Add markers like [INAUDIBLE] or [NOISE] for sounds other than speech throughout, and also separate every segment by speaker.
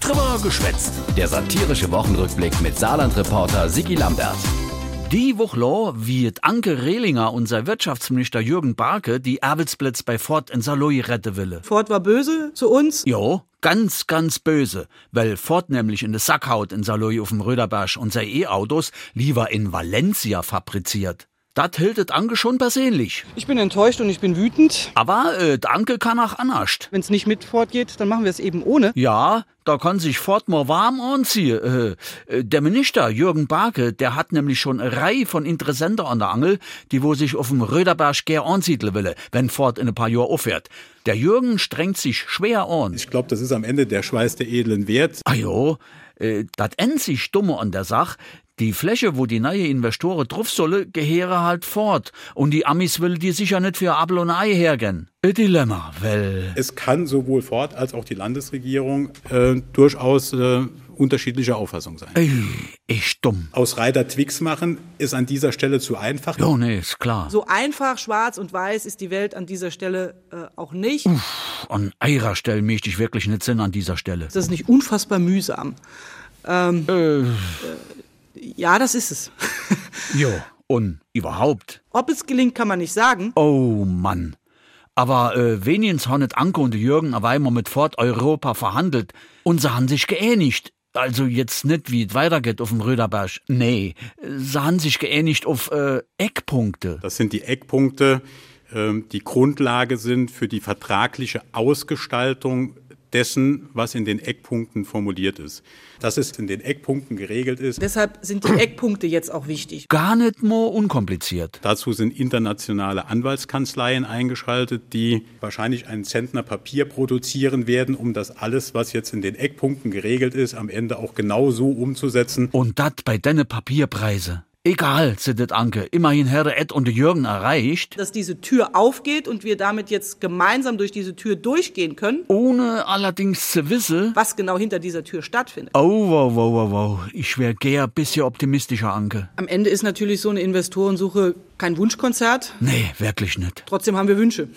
Speaker 1: Trimmer geschwätzt. Der satirische Wochenrückblick mit Saarland-Reporter Sigi Lambert.
Speaker 2: Die Wuchlo, wie et Anke Rehlinger, unser Wirtschaftsminister Jürgen Barke, die Erbelsplätz bei Ford in Saloi retten wille.
Speaker 3: Ford war böse zu uns.
Speaker 2: Jo, ganz, ganz böse, weil Ford nämlich in de Sackhaut in Saloi auf dem Röderberg unser E-Autos lieber in Valencia fabriziert. Dat hiltet Anke schon persönlich.
Speaker 3: Ich bin enttäuscht und ich bin wütend.
Speaker 2: Aber äh, d Anke kann auch anascht.
Speaker 3: Wenn es nicht mit fortgeht, dann machen wir es eben ohne.
Speaker 2: Ja, da kann sich Ford mal warm anziehen. Äh, äh, der Minister Jürgen Barke, der hat nämlich schon eine Reihe von Interessenten an der Angel, die wo sich auf dem Röderberg gär ansiedeln wille, wenn Ford in ein paar Jahren aufhört. Der Jürgen strengt sich schwer an.
Speaker 4: Ich glaube, das ist am Ende der Schweiß der edlen Wert.
Speaker 2: Ah jo, äh, dat einzig Dumme an der Sache, die Fläche, wo die neue Investoren drauf solle, gehere halt fort. Und die Amis will die sicher nicht für Abel und Ei hergen. Ein Dilemma, weil... äh,
Speaker 4: Es kann sowohl Ford als auch die Landesregierung äh, durchaus äh, unterschiedlicher Auffassung sein.
Speaker 2: Ey, ich dumm.
Speaker 4: Aus Reiter Twix machen ist an dieser Stelle zu einfach.
Speaker 2: Jo, nee, ist klar.
Speaker 3: So einfach schwarz und weiß ist die Welt an dieser Stelle äh, auch nicht.
Speaker 2: An eurer Stelle möchte ich wirklich nicht sinn an dieser Stelle.
Speaker 3: Das ist nicht unfassbar mühsam. Ähm,
Speaker 2: Äh.
Speaker 3: ja, das ist es. [LAUGHS]
Speaker 2: Jo, und überhaupt.
Speaker 3: Ob es gelingt, kann man nicht sagen.
Speaker 2: Oh Mann. Aber äh, wenigstens haben nicht Anke und die Jürgen aber einmal mit Fort Europa verhandelt und sie haben sich geeinigt. Also jetzt nicht, wie es weitergeht auf dem Röderberg. Nee, sie haben sich geeinigt auf äh, Eckpunkte.
Speaker 4: Das sind die Eckpunkte, ähm, die Grundlage sind für die vertragliche Ausgestaltung dessen, was in den Eckpunkten formuliert ist. Dass es in den Eckpunkten geregelt ist,
Speaker 3: Deshalb sind die Eckpunkte jetzt auch wichtig.
Speaker 2: Gar nicht mehr unkompliziert.
Speaker 4: Dazu sind internationale Anwaltskanzleien eingeschaltet, die wahrscheinlich einen Zentner Papier produzieren werden, um das alles, was jetzt in den Eckpunkten geregelt ist, am Ende auch genau so umzusetzen.
Speaker 2: Und dat bei denne Papierpreise. Egal, sittet Anke. Immerhin Herr Ed und die Jürgen erreicht.
Speaker 3: Dass diese Tür aufgeht und wir damit jetzt gemeinsam durch diese Tür durchgehen können,
Speaker 2: Ohne allerdings zu wissen.
Speaker 3: was genau hinter dieser Tür stattfindet.
Speaker 2: Oh, wow, wow, wow, wow. Ich wär gär bisschen optimistischer, Anke.
Speaker 3: Am Ende ist natürlich so eine Investorensuche kein Wunschkonzert.
Speaker 2: Nee, wirklich nicht.
Speaker 3: Trotzdem haben wir Wünsche.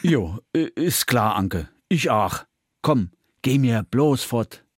Speaker 2: Jo, äh, ist klar, Anke. Ich auch. Komm, geh mir bloß fort.